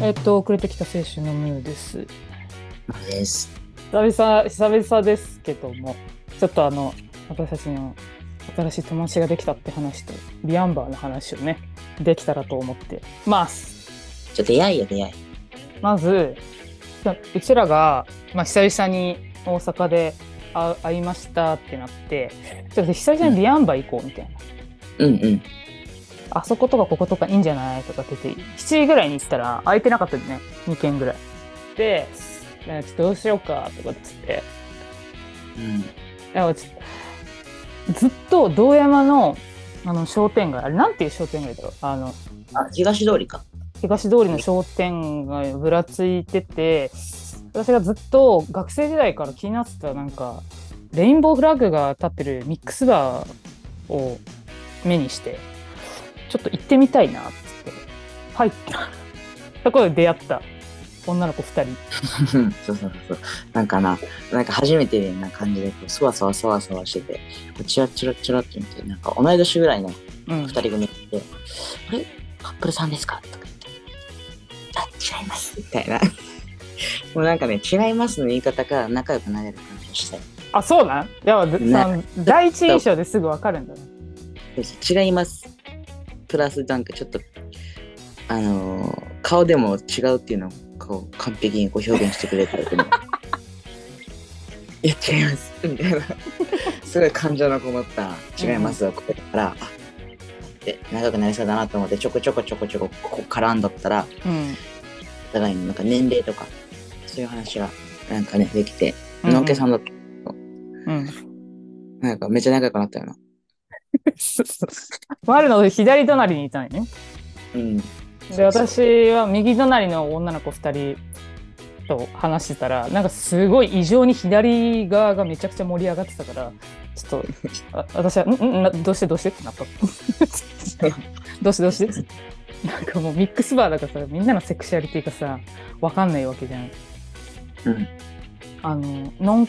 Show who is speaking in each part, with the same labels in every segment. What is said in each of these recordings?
Speaker 1: えっと、遅れてきた青春のミュウです。
Speaker 2: です。
Speaker 1: 久々、久々ですけども、ちょっとあの、私たちの新しい友達ができたって話と、ビアンバーの話をね、できたらと思ってます。
Speaker 2: ちょ、出会いよ、出会い。
Speaker 1: まず、うちらが、まあ、久々に大阪で会う会いましたってなって、ちょっと久々にビアンバー行こうみたいな。
Speaker 2: うんうん。
Speaker 1: あそことかこことかいいんじゃないとかって言って7時ぐらいに行ったら空いてなかったんでね2軒ぐらいで「ねちょっとどうしようか」とかっつって
Speaker 2: うん。
Speaker 1: あちょずっと堂山のあの商店街あれなんていう商店街だろうあの
Speaker 2: あ、東通りか。
Speaker 1: 東通りの商店街ぶらついてて私がずっと学生時代から気になってたなんかレインボーフラッグが立ってるミックスバーを目にしてちょっと行ってみたいなっつって入ったそこで出会った女の子2人
Speaker 2: そうそうそうそう。なんかな、なんか初めてな感じで、こうそわそわそわそわしてて、こうチラチラチラって見て、なんか同い年ぐらいの
Speaker 1: うん
Speaker 2: 二人組で、あれカップルさんですかとか言って、あ、違います。みたいな。 もうなんかね、違いますの言い方から仲良くなれる感じがしたい。
Speaker 1: あそうなんいや、で
Speaker 2: ね
Speaker 1: その第一印象ですぐ分かるんだね
Speaker 2: 違いますプラスなんかちょっとあのー顔でも違うっていうのをこう完璧にこう表現してくれたけど いや違いますみたい なすごい感情のこもった「違います」をこうやったら、あって長くなりそうだなと思ってちょこちょこちょこちょここう絡んだったら
Speaker 1: うん
Speaker 2: お互いになんか年齢とかそういう話がなんかねできて、
Speaker 1: うん
Speaker 2: のんけさんだった
Speaker 1: うん
Speaker 2: なんかめっちゃ仲良くなったよな
Speaker 1: 丸の左隣にいたのよね
Speaker 2: うん
Speaker 1: で私は右隣の女の子2人と話してたらなんかすごい異常に左側がめちゃくちゃ盛り上がってたからちょっとあ私は「んんなどうしてどうして?」って なったどうしてどうしてなんかもうミックスバーだからさみんなのセクシュアリティがさわかんないわけじゃん。
Speaker 2: うん
Speaker 1: あの「のん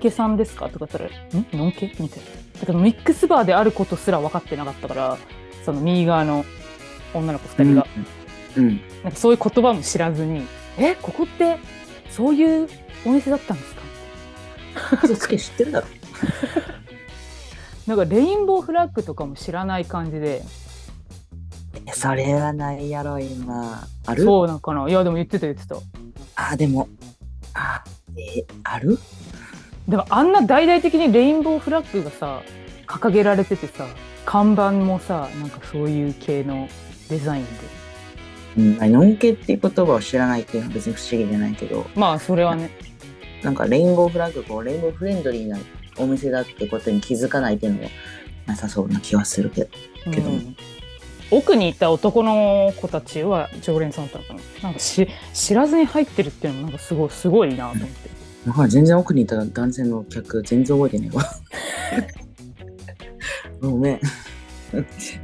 Speaker 1: けさんですか?」とか言ったら「んのんけ?」みたいなだからミックスバーであることすら分かってなかったからその右側の女の子2人が、
Speaker 2: うん、うん
Speaker 1: なんかそういう言葉も知らずに「えここってそういうお店だったんですか?
Speaker 2: 嘘つけ知ってるだろ。」
Speaker 1: なんかレインボーフラッグとかも知らない感じで
Speaker 2: それはないやろ今。ある
Speaker 1: そうなんかないやでも言ってた言ってた
Speaker 2: あでも。あえある
Speaker 1: でもあんな大々的にレインボーフラッグがさ掲げられててさ看板もさなんかそういう系のデザインで
Speaker 2: うん、まあのんけっていう言葉を知らないっていうのは別に不思議じゃないけど、
Speaker 1: まあそれはね
Speaker 2: なんかレインボーフラッグ、こうレインボーフレンドリーなお店だってことに気づかないっていうのもなさそうな気はするけど。けど
Speaker 1: うん、奥にいた男の子たちは常連さんだったのかななんかし知らずに入ってるっていうのもなんかすごいすごいなと思って、
Speaker 2: だから全然奥にいた男性の客、全然覚えてないわ。 ごめん。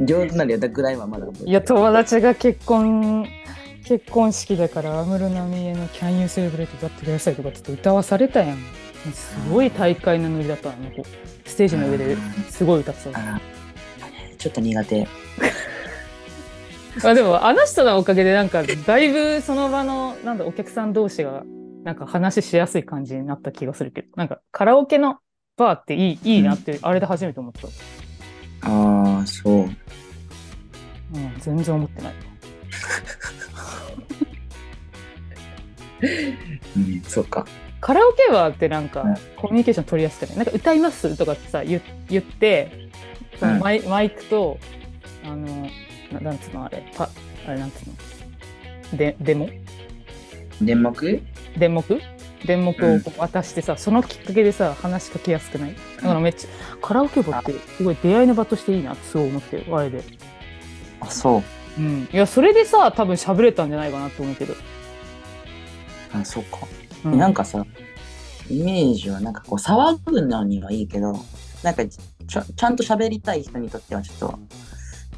Speaker 2: 両隣だぐらいはまだ覚えてる
Speaker 1: いや友達が結婚結婚式だから安室奈美恵の「Can You Celebrate」歌ってくださいとかちょっと歌わされたやんすごい大会のノリだったのこうステージの上ですごい歌ってた
Speaker 2: あちょっと苦手。
Speaker 1: あでもあの人のおかげでなんかだいぶその場のなんだお客さん同士がなんか話しやすい感じになった気がするけどなんかカラオケのバーっていいいいなって、あれで初めて思った、
Speaker 2: ああ、そ
Speaker 1: う
Speaker 2: う。
Speaker 1: ん、全然思ってない
Speaker 2: うん、そうか。
Speaker 1: カラオケバーってなんか
Speaker 2: うん
Speaker 1: コミュニケーション取りやすくてなんか歌いますとかってさ言言ってその
Speaker 2: うん
Speaker 1: マイ,、マイクとあのななんつうのあれパあれなんつうのでデモ
Speaker 2: 電幕
Speaker 1: 電目電目をこう渡してさ、そのきっかけでさ話しかけやすくないだからめっちゃカラオケバーってすごい出会いの場としていいなってすごい思ってるあれで、
Speaker 2: あ、そう。
Speaker 1: うん、いやそれでさ多分喋れたんじゃないかなと思うけど、
Speaker 2: あ、そうか。
Speaker 1: うん、
Speaker 2: なん
Speaker 1: か
Speaker 2: かさ、イメージはなんかこう騒ぐのにはいいけど、なんかちょちゃんと喋りたい人にとってはちょっと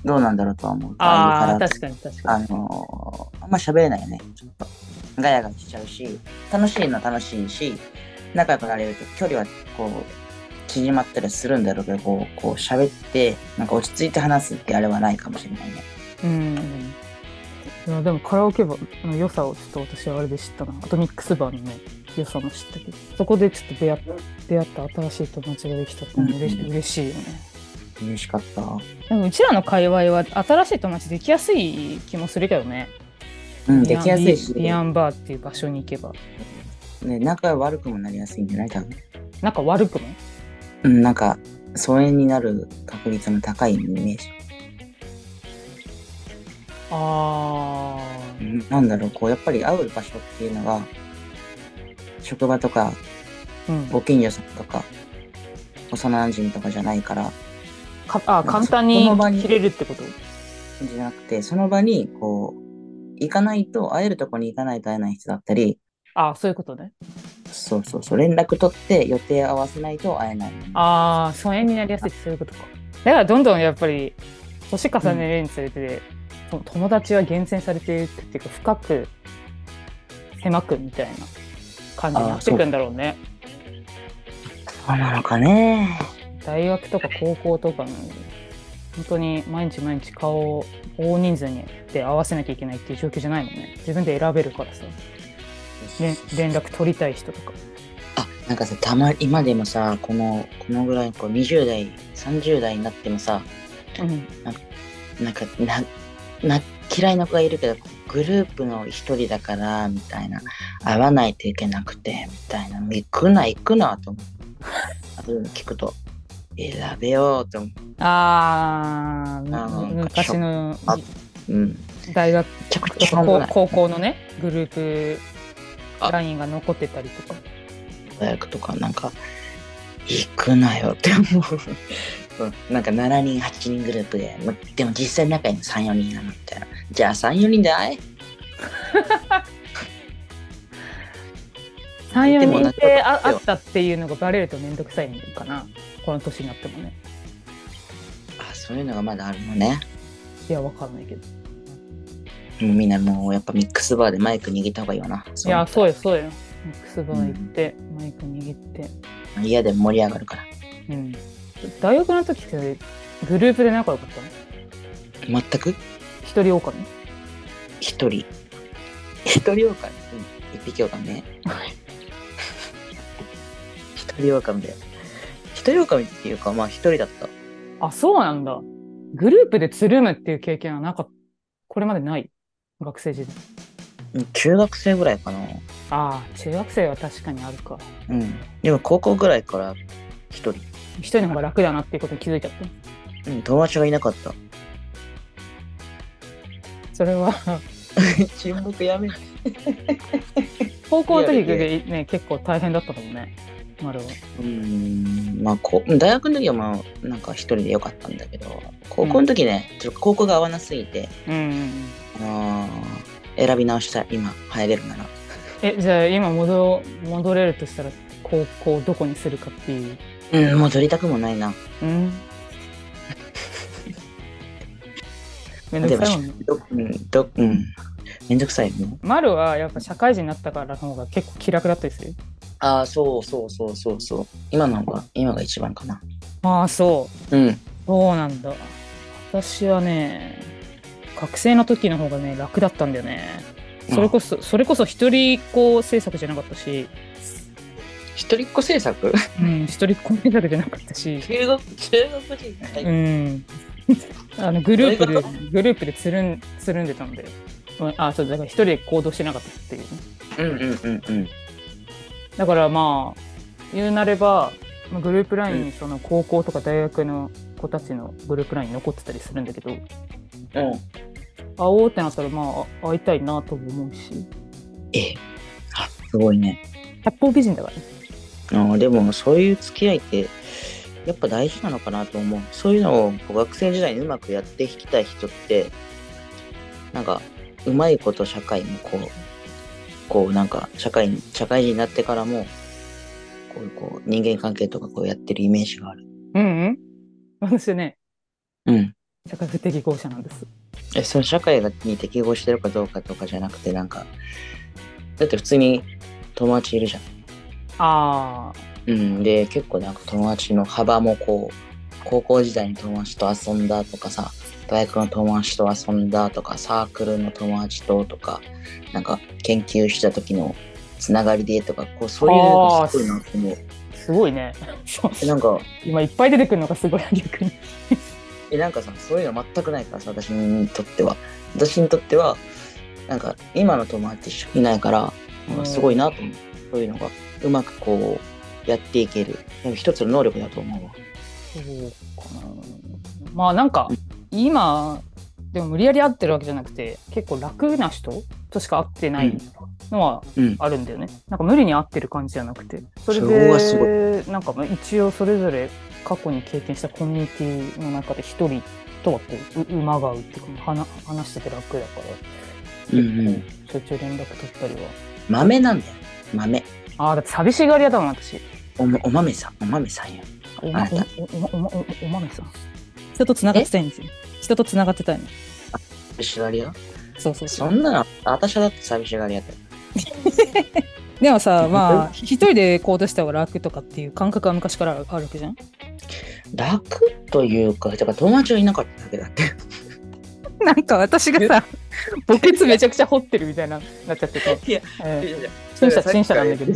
Speaker 2: どうなんだろうとは思う。
Speaker 1: ああ
Speaker 2: ああいうカラオケ
Speaker 1: 確かに確か
Speaker 2: あ
Speaker 1: に
Speaker 2: のーあんま喋れないよね。ちょっとガヤガヤしちゃうし、楽しいのは楽しいし、仲良くなれると距離はこう縮まったりするんだろうけど、こうこう喋ってなんか落ち着いて話すってあれはないかもしれないね。
Speaker 1: うんいやでもカラオケ部の良さをちょっと私はあれで知ったなあとミックスバーのね良さも知ったけどそこでちょっと出会出会った新しい友達ができたってのも嬉し,、
Speaker 2: うん
Speaker 1: 嬉しいよね
Speaker 2: 嬉しかった。
Speaker 1: でもうちらの界隈は新しい友達できやすい気もするけどね
Speaker 2: うん、できやすいし、
Speaker 1: ビアンバーっていう場所に行けば
Speaker 2: ね、仲悪くもなりやすいんじゃない多分。
Speaker 1: なんか悪くも
Speaker 2: うん、なんか、疎遠になる確率も高いイメージ。
Speaker 1: あ
Speaker 2: う
Speaker 1: ー
Speaker 2: んなんだろう、こう、やっぱり会う場所っていうのが、職場とか、
Speaker 1: うん
Speaker 2: ご近所さんとか、幼馴染とかじゃないから、
Speaker 1: かあ簡単に
Speaker 2: その場に
Speaker 1: 切れるってこと
Speaker 2: じゃなくて、その場に、こう、行かないと、会えるとこに行かないと会えない人だったり、
Speaker 1: あそういうことね
Speaker 2: そうそうそう、連絡取って予定合わせないと会えない。
Speaker 1: ああ疎遠になりやすいってそういうことかだからどんどんやっぱり年重ねるにつれて、その友達は厳選されていくっていうか深く狭くみたいな感じになっていくんだろうね
Speaker 2: そうなのかね。
Speaker 1: 大学とか高校とかの本当に毎日毎日顔を大人数にで合わせなきゃいけないっていう状況じゃないもんね自分で選べるからさ、ね、連絡取りたい人とか
Speaker 2: あなんかさたま今でもさこのこのぐらいこう20代30代になってもさ
Speaker 1: うん
Speaker 2: なんかなな嫌いな子がいるけどグループの一人だからみたいな会わないといけなくてみたいな行くな行くなと思うあと聞くと選べようと思
Speaker 1: あ
Speaker 2: あ
Speaker 1: あ
Speaker 2: ー
Speaker 1: 昔の
Speaker 2: あううんめ
Speaker 1: 大学
Speaker 2: ちゃくちゃしょうも
Speaker 1: 高
Speaker 2: ない
Speaker 1: 高校のねグループラインが残ってたりとか
Speaker 2: 大学とかなんか行くなよって思ううんなんか7人8人グループでまでも実際仲いいの34人なのみたいなじゃあ34人で会えで
Speaker 1: 34
Speaker 2: も
Speaker 1: 人
Speaker 2: なん
Speaker 1: っ
Speaker 2: か
Speaker 1: てああったっていうのがバレると面倒くさいのかなこの年になってもね
Speaker 2: あそういうのがまだあるのね
Speaker 1: いやわかんないけど
Speaker 2: もうみんなもうやっぱミックスバーでマイク握った方がいいわないい
Speaker 1: やそうよそうよミックスバー行って、マイク握って
Speaker 2: 嫌で盛り上がるから
Speaker 1: うん大学の時ってグループで仲良かったの
Speaker 2: 全く
Speaker 1: 一人狼
Speaker 2: 一人一人狼うん一匹狼ね 一人狼だよ一人狼っていうかまあ一人だった
Speaker 1: あそうなんだグループでつるむっていう経験はなんかったこれまでない学生時代
Speaker 2: うん中学生ぐらいかな
Speaker 1: ああ中学生は確かにあるか
Speaker 2: うんでも高校ぐらいから一人
Speaker 1: 一人の方が楽だなっていうことに気づいちゃった
Speaker 2: うん友達がいなかった
Speaker 1: それは
Speaker 2: 沈黙やめ
Speaker 1: 高校の時でね結構大変だったかもね丸は
Speaker 2: うんまあこう大学の時はまあなんか一人でよかったんだけど高校の時ね、ちょっと高校が合わなすぎて、
Speaker 1: うんうんうん
Speaker 2: あのー選び直した今入れるなら
Speaker 1: えじゃあ今戻戻れるとしたら高校どこにするかっていう
Speaker 2: うんもう取りたくもないな
Speaker 1: うん めんど
Speaker 2: で
Speaker 1: く
Speaker 2: も
Speaker 1: さいもんね
Speaker 2: どうんどうんめんどくさいよね
Speaker 1: 丸はやっぱ社会人になったからの方が結構気楽だったりする
Speaker 2: ああそうそうそうそうそう今の方が今が一番かな
Speaker 1: ああそう
Speaker 2: うん
Speaker 1: そうなんだ私はね学生の時の方がね楽だったんだよねそれこそ、それこそ一人っ子政策じゃなかったし
Speaker 2: 一人っ子政策
Speaker 1: うん、一人っ子だけじゃなかったし、
Speaker 2: 中国中国人はい
Speaker 1: うん、 あのグループで
Speaker 2: どういうこ
Speaker 1: グループでつるんつるんでたので、うんあそうだから一人で行動してなかったっていうね、
Speaker 2: うんうんうんうん
Speaker 1: だからまあ言うなればまあグループラインにその高校とか大学の子たちのグループラインに残ってたりするんだけど会
Speaker 2: うん
Speaker 1: おうってなったらまあ会いたいなとも思うし
Speaker 2: ええあすごいね
Speaker 1: 八方美人だからね
Speaker 2: ああでもそういう付き合いってやっぱ大事なのかなと思うそういうのをこう学生時代にうまくやっていきたい人ってなんかうまいこと社会もこうこうなんか社会に社会人になってからもこうこう人間関係とかこうやってるイメージがある
Speaker 1: うんうん私ね
Speaker 2: うん
Speaker 1: 社会不適合者なんです
Speaker 2: えその社会に適合してるかどうかとかじゃなくてなんかだって普通に友達いるじゃん
Speaker 1: ああ
Speaker 2: うん、で結構なんか友達の幅もこう高校時代に友達と遊んだとかさ大学の友達と遊んだとかサークルの友達ととかなんか研究した時のつながりでとかこうそういうのがすごいなって思う
Speaker 1: すごいね。そう
Speaker 2: えなんか
Speaker 1: 今いっぱい出てくるのがすごい逆に。
Speaker 2: えなんかさそういうの全くないからさ私にとっては私にとってはなんか今の友達しかいないから、
Speaker 1: うん
Speaker 2: すごいなと思うそういうのがうまくこうやっていけるでも一つの能力だと思うわ
Speaker 1: そうかな。まあなんか今でも無理やり会ってるわけじゃなくて結構楽な人としか会ってないのは
Speaker 2: うん
Speaker 1: あるんだよね。なんか無理に会ってる感じじゃなくて。それ
Speaker 2: そこがすご
Speaker 1: でなんかまあ一応それぞれ過去に経験したコミュニティの中で一人とはこうう馬が合うっていうか話話してて楽だから。
Speaker 2: うんうん
Speaker 1: しょっちゅう連絡取ったりは。
Speaker 2: 豆なんだよ豆
Speaker 1: ああだって寂しがり屋だもん私。
Speaker 2: おまお豆さんお豆さんや
Speaker 1: お
Speaker 2: あな
Speaker 1: ま
Speaker 2: た
Speaker 1: おおおおおお豆さん。人とつながってたいんですよ。人とつながってたいの。
Speaker 2: 寂しがりや
Speaker 1: そうそうそ。
Speaker 2: そうんなの私はだって寂しがりやったよ
Speaker 1: でもさ、ま
Speaker 2: 本
Speaker 1: あ、一人で行動した方が楽とかっていう感覚は昔からあるあるわけじゃん。
Speaker 2: 楽というかだから友達がいなかっただけだって
Speaker 1: なんか私がさ、墓穴めちゃくちゃ掘ってるみたいな、なっちゃってて。
Speaker 2: いや
Speaker 1: えー、陳謝、陳謝なんだけど。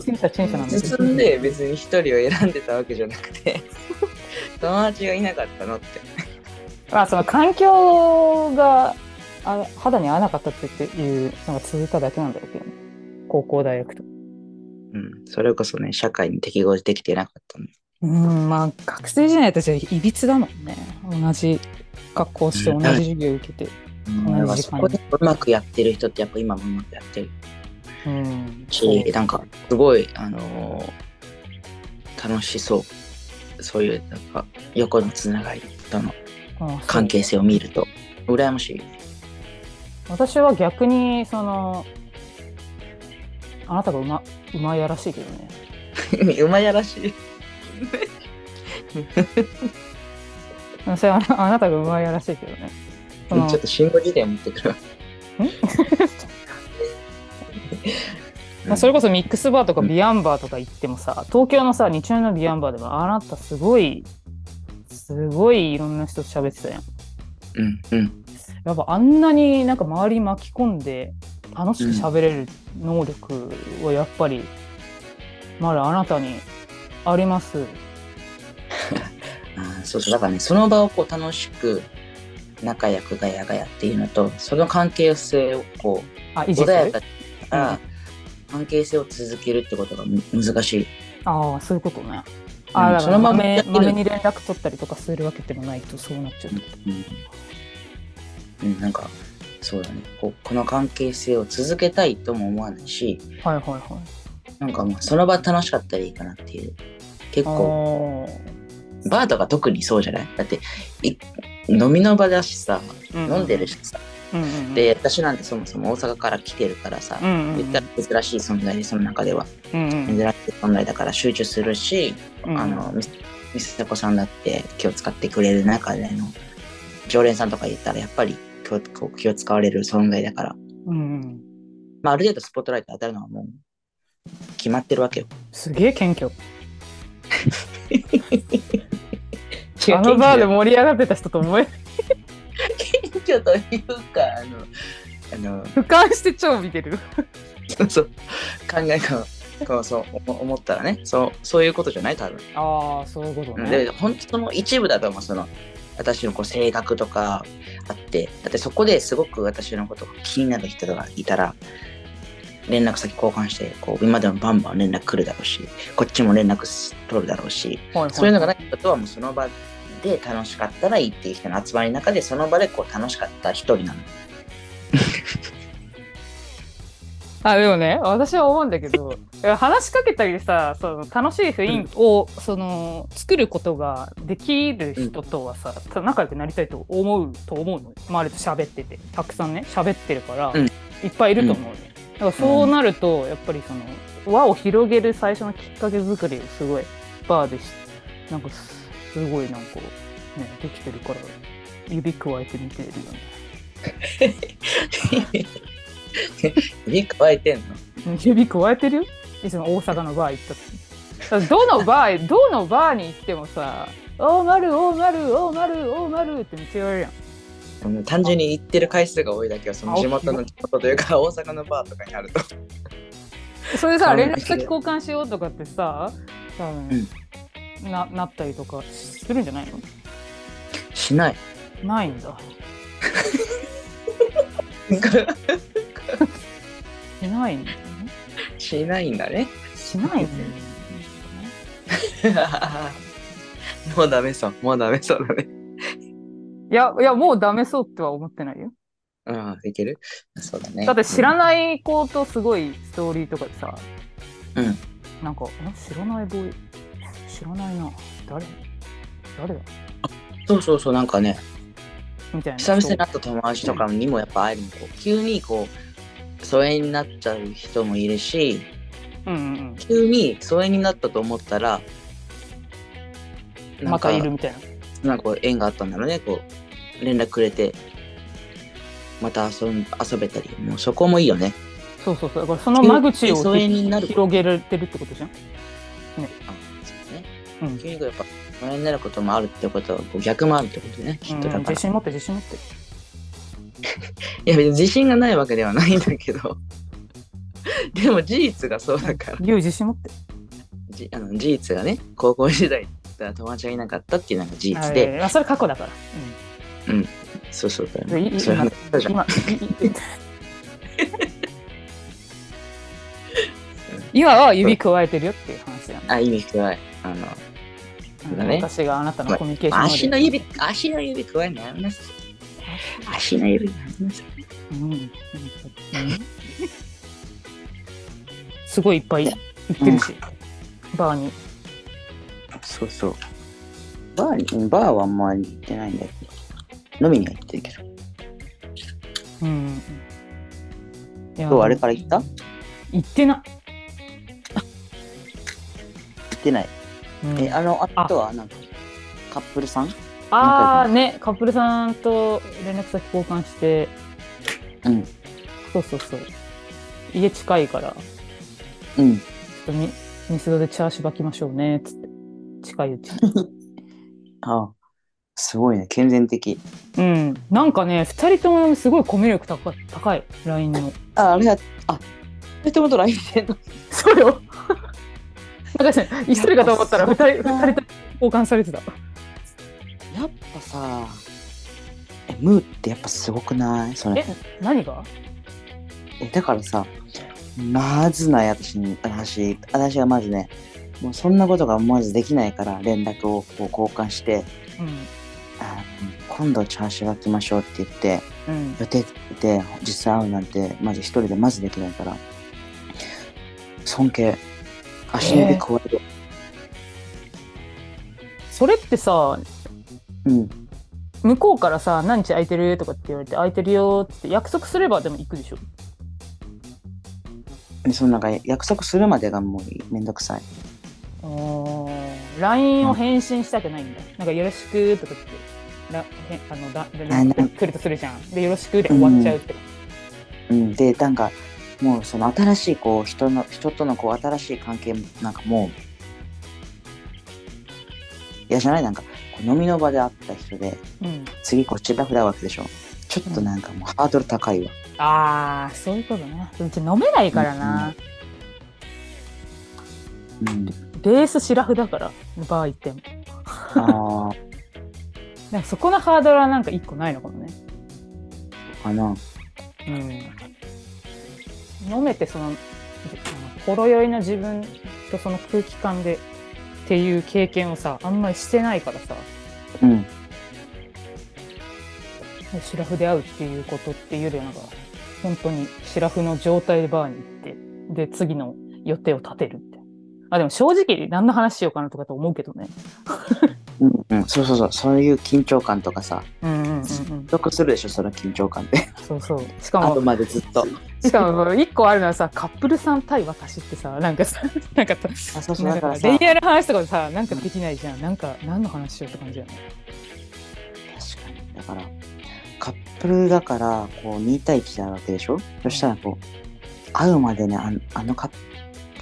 Speaker 1: 陳謝、陳謝なんだけど。
Speaker 2: 進んで別に一人を選んでたわけじゃなくて 友達がいなかったのって
Speaker 1: まあ、その環境があ肌に合わなかったっていうのが続いただけなんだろうけどね。高校、大学と。
Speaker 2: うん、それこそね、社会に適合できてなかったの。
Speaker 1: うん、まあ学生時代たちはいびつだもんね。同じ格好して同じ授業受けて。
Speaker 2: だから
Speaker 1: 同じ時
Speaker 2: そ
Speaker 1: 間
Speaker 2: こでうまくやってる人ってやっぱ今もうまくやってる
Speaker 1: うん。
Speaker 2: し、なんかすごい、あのー楽しそう。そういう、なんか横のつながりとの関係性を見ると、羨ましい。
Speaker 1: 私は逆にそのあなたがうまうまいやらしいけどね。
Speaker 2: うまやらしい。
Speaker 1: 私はああなたがうまいやらしいけどね。
Speaker 2: ち
Speaker 1: そ
Speaker 2: ょ
Speaker 1: の
Speaker 2: っと信号辞典持ってくるわ。
Speaker 1: まあ、それこそミックスバーとかビアンバーとか行ってもさ東京のさ日曜のビアンバーでもあなたすごいすごいいろんな人と喋ってたやん。
Speaker 2: うんうん。
Speaker 1: やっぱあんなになんか周り巻き込んで楽しく喋れる能力はやっぱりまだあなたにあります。
Speaker 2: あーそうそう。だからね、その場をこう楽しく、仲良くガヤガヤっていうのと、その関係性をこう、
Speaker 1: あ、維持す
Speaker 2: 穏や
Speaker 1: る
Speaker 2: か。だから関係性を続けるってことがむ難しい。
Speaker 1: ああ、そういうことね。
Speaker 2: うん
Speaker 1: ああ、だ
Speaker 2: そ
Speaker 1: か
Speaker 2: の
Speaker 1: ら
Speaker 2: まま
Speaker 1: 豆
Speaker 2: やってる
Speaker 1: 豆に連絡取ったりとかするわけでもないとそうなっちゃうってこと。
Speaker 2: うん、うんなんかそうだねここの関係性を続けたいとも思わないし
Speaker 1: はいはいはい。
Speaker 2: なんかもうその場楽しかったらいいかなっていう結
Speaker 1: あ
Speaker 2: 構
Speaker 1: あ
Speaker 2: バーとか特にそうじゃないだってい飲みの場だしさ
Speaker 1: ー。
Speaker 2: 飲んでるしさ、
Speaker 1: うんうんうん。
Speaker 2: で私なんてそもそも大阪から来てるからさ、
Speaker 1: うんうんうん、
Speaker 2: 言ったら珍しい存在でその中では
Speaker 1: うんう
Speaker 2: 珍
Speaker 1: ん
Speaker 2: しい存在だから集中するし、
Speaker 1: うん、
Speaker 2: あのみみすさこさんだって気を使ってくれる中での常連さんとか言ったらやっぱり気をこう気を使われる存在だから、
Speaker 1: うんうん、
Speaker 2: まあ、ある程度スポットライト当たるのはもう決まってるわけよ。
Speaker 1: すげえ謙 虚。あのバーで盛り上がってた人と思え、
Speaker 2: 謙虚というかあのあ
Speaker 1: 俯瞰して超見てる。
Speaker 2: の そう考えがこうそう思思ったらねそうそういうことじゃない多分。
Speaker 1: ああ、そういうことね。
Speaker 2: で本当の一部だと思うその私のこう性格とかあってだってそこですごく私のことが気になる人がいたら連絡先交換してこう今でもバンバン連絡来るだろうしこっちも連絡し取るだろうし
Speaker 1: はいはい
Speaker 2: そういうのがないことはもうその場で楽しかったらいいっていう人の集まりの中でその場でこう楽しかった一人なの。
Speaker 1: あでもね私は思うんだけどいや話しかけたりさその楽しい雰囲気を、その作ることができる人とはさ、た仲良くなりたいと思うと思うのよ周りと喋っててたくさんね喋ってるから、
Speaker 2: うん
Speaker 1: いっぱいいると思うのよ、だからそうなると、やっぱりその輪を広げる最初のきっかけ作りをすごいバーでしなんかすすごいなんかねできてるから指くわえて見てるよね。
Speaker 2: 指加えてんの
Speaker 1: 指加えてるよいつも大阪のバー行った時どのバ ーどのバーに行ってもさ「おーまるおーまるおーまるおーまる」ってめっちゃ言われるやん
Speaker 2: うん単純に行ってる回数が多いだけはその地元の地元というか大阪のバーとかにあると
Speaker 1: それでさ
Speaker 2: 完
Speaker 1: 連絡
Speaker 2: 璧
Speaker 1: 先交換しようとかってさ多分、ななったりとかするんじゃないの
Speaker 2: しない
Speaker 1: ないんだしないんだね
Speaker 2: しないんだね
Speaker 1: しないんだね
Speaker 2: もうダメそうもうダメそうだね
Speaker 1: いやいやもうダメそうっては思ってないよ
Speaker 2: うんいけるそうだ ね
Speaker 1: だって知らない子とすごいストーリーとかでさ、
Speaker 2: うん
Speaker 1: なんかあ知らないボーイ知らないな誰誰だ
Speaker 2: そうそうそうなんかね
Speaker 1: みたいな
Speaker 2: 久々に会った友達とかにもやっぱ会えるのこう急にこう疎遠になっちゃう人もいるし
Speaker 1: うんうん
Speaker 2: 急に疎遠になったと思ったら
Speaker 1: うん
Speaker 2: なん
Speaker 1: ま
Speaker 2: か
Speaker 1: たいるみたいな
Speaker 2: なんかこう縁があったんだろうねこう連絡くれてまた遊ん遊べたりもうそこもいいよね
Speaker 1: そうそうそうだからその間口を
Speaker 2: 急に疎遠になる
Speaker 1: 広げられてるってことじゃん
Speaker 2: あそうね、
Speaker 1: うん
Speaker 2: 急にこうやっぱ疎遠になることもあるってことはこう逆もあるってことねきっとだ
Speaker 1: うん
Speaker 2: か
Speaker 1: 自
Speaker 2: ら、い
Speaker 1: 信持って自信持って
Speaker 2: や別に自信がないわけではないんだけど でも事実がそうだから
Speaker 1: 言う自信持って
Speaker 2: じあの事実がね高校時代だ友達がいなかったっていうのが事実で、
Speaker 1: はいあそれ過去だから、
Speaker 2: そうそうだよ
Speaker 1: うん、いいい
Speaker 2: ね
Speaker 1: い
Speaker 2: そういう話だじゃん
Speaker 1: 今いいいい今は指加えてるよっていう話だよね
Speaker 2: あ意味加えあのそうだね
Speaker 1: 私があなたのコミュニケーション能力
Speaker 2: 足の指足の指加えなります足の指悩みます
Speaker 1: うんうんすごいいっぱい行ってるし、バーに
Speaker 2: そうそうバーにバーはあんまり行ってないんだけど飲みには行ってるけど
Speaker 1: うんいや
Speaker 2: 今日あれから行った行
Speaker 1: 行ってな
Speaker 2: ってない、
Speaker 1: い、うん
Speaker 2: えあのあとはなんかカップルさん
Speaker 1: ああねカップルさんと連絡先交換して
Speaker 2: うん
Speaker 1: そうそうそう家近いからちょ
Speaker 2: うん
Speaker 1: っとみミスドでチャーシューばきましょうねっつって近いうちに
Speaker 2: ああすごいね健全的
Speaker 1: うんなんかね2人ともすごいコミュ力高い高い LINE の
Speaker 2: ああれはあ二人ともと LINE してんの
Speaker 1: そうよ。 なんかね、一人かと思ったら、二人、二人と交換されてた。
Speaker 2: やっぱさえムーってやっぱすごくないそれ
Speaker 1: 何が。
Speaker 2: えだからさまずない私に私私はまずねもうそんなことがまずできないから連絡をこう交換して
Speaker 1: うん。
Speaker 2: あ今度チャーシューが来ましょうって言って
Speaker 1: うん。
Speaker 2: 予定で実際会うなんてまず一人でまずできないから尊敬足の指加える、
Speaker 1: それってさ、
Speaker 2: うん
Speaker 1: 向こうからさ、何日空いてるとかって言われて、空いてるよって約束すれば、でも行くでしょ。
Speaker 2: でそのなんか約束するまでがもうめんどくさい
Speaker 1: ああ。ラインを返信したくないんだ。なんかよろしくとかって。らへあのだ
Speaker 2: あな
Speaker 1: 来るとするじゃん。で、よろしくで終わっちゃうって。
Speaker 2: うん、でなんかもうその新しいこう人の人とのこう新しい関係もなんかもういやじゃないなんかこう飲みの場で会った人で
Speaker 1: うん。
Speaker 2: 次こっちラフだわけでしょちょっとなんかもうハードル高いわ
Speaker 1: ああ、そういうことね。うち飲めないからな。
Speaker 2: うん
Speaker 1: ベースシラフだから、バー行っても。
Speaker 2: あー
Speaker 1: なんかそこのハードルはなんか一個ないのかもね。
Speaker 2: かな
Speaker 1: うん。飲めてその、ほろ酔いな自分とその空気感でっていう経験をさ、あんまりしてないからさ、
Speaker 2: うん
Speaker 1: シラフで会うっていうことっていうよりはなんか、本当にシラフの状態でバーに行って、で、次の予定を立てるみたいな。あ、でも正直何の話しようかなとかと思うけどね。
Speaker 2: うんうん、そうそうそうそういう緊張感とかさ
Speaker 1: うんうんうんうん。
Speaker 2: 得するでしょその緊張感で
Speaker 1: そうそう。しかも、
Speaker 2: 後までずっと
Speaker 1: しかも一個あるのはさカップルさん対私ってさなんかさなんかさ
Speaker 2: あそうそう
Speaker 1: な
Speaker 2: だ
Speaker 1: ん
Speaker 2: か
Speaker 1: から恋
Speaker 2: さ
Speaker 1: 愛の話とかでさなんかできないじゃんなんか何の話しようって感じだよね
Speaker 2: 確かにだからカップルだからこう2対1なわけでしょそしたらこう会うまでねあのあのカッ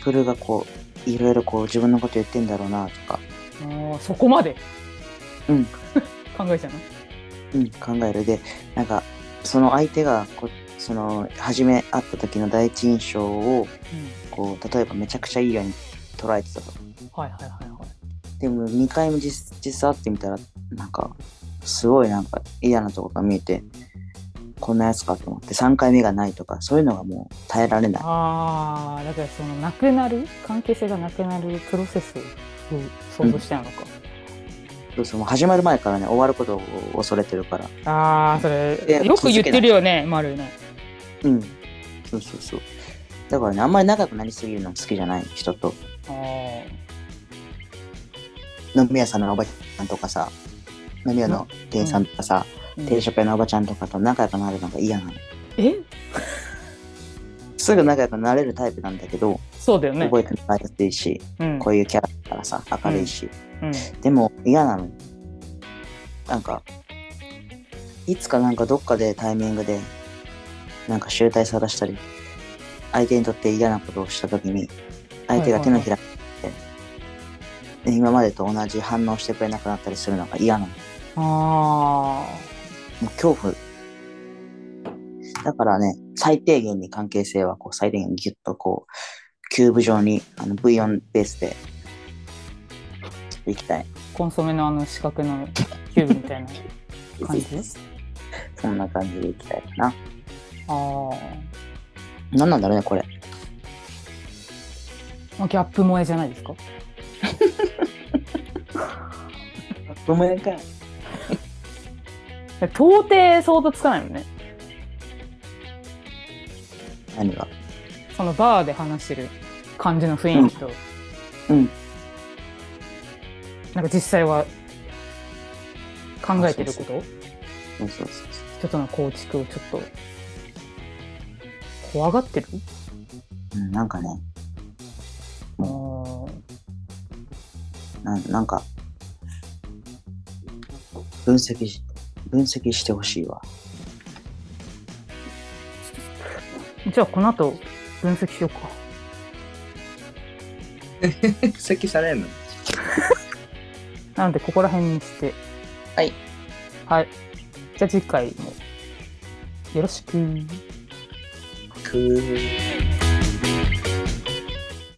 Speaker 2: プルがこういろいろこう自分のこと言ってんだろうなとか
Speaker 1: もうそこまで
Speaker 2: うん
Speaker 1: 考えちゃう
Speaker 2: うん、考えるでなんかその相手がこその初め会った時の第一印象をこう例えばめちゃくちゃいいように捉えてたと
Speaker 1: はいはいはいはい。
Speaker 2: でも2回も実実際会ってみたらなんかすごいなんか嫌なとこが見えてこんなやつかと思って3回目がないとかそういうのがもう耐えられない
Speaker 1: ああ、だからそのなくなる、関係性がなくなるプロセスを想像してなのか。
Speaker 2: そうそうもう始まる前からね終わることを恐れてるから
Speaker 1: ああ、そ
Speaker 2: いや
Speaker 1: れ、よく言ってるよね、丸ね。
Speaker 2: うんそうそうそうだからねあんまり長くなりすぎるのも好きじゃない人と
Speaker 1: あー
Speaker 2: 飲み屋さんのおばちゃんとかさ飲み屋の店員さんとかさ、
Speaker 1: うん
Speaker 2: 定食屋のおばちゃんとかと仲良くなるのが嫌なの
Speaker 1: え
Speaker 2: すぐ仲良くなれるタイプなんだけど
Speaker 1: そうだよね。
Speaker 2: 覚えてもらいやすいし、
Speaker 1: うん
Speaker 2: こういうキャラだからさ明るいし、
Speaker 1: うん
Speaker 2: でも嫌なのなんかいつかなんかどっかでタイミングでなんか集体探したり相手にとって嫌なことをした時に相手が手のひらに乗って、今までと同じ反応してくれなくなったりするのが嫌なの
Speaker 1: あ
Speaker 2: もう恐怖。だからね、最低限に関係性はこう最低限にギュッとこう、キューブ状にあの V4 ベースで、ちょっといきたい。
Speaker 1: あ、コンソメのあの四角のキューブみたい な。感じ
Speaker 2: そんな感じでいきたいかな。
Speaker 1: あ
Speaker 2: 何なんだろうね、これ。
Speaker 1: あ、ギャップ萌えじゃないですか。
Speaker 2: ごめんかい。
Speaker 1: 到底想像つかないもんね。
Speaker 2: 何が。
Speaker 1: そのバーで話してる感じの雰囲気と、
Speaker 2: うん。
Speaker 1: なんか実際は考えてること
Speaker 2: そうそうそう
Speaker 1: 一つの構築をちょっと怖がってる
Speaker 2: そう。うん、なんかね、
Speaker 1: あー
Speaker 2: なんなんか、分析し、分析してほしいわ。
Speaker 1: じゃあこの後分析しようか
Speaker 2: 分析されるの
Speaker 1: なのでここら辺にして
Speaker 2: はい
Speaker 1: はいじゃあ次回もよろしく
Speaker 2: くー。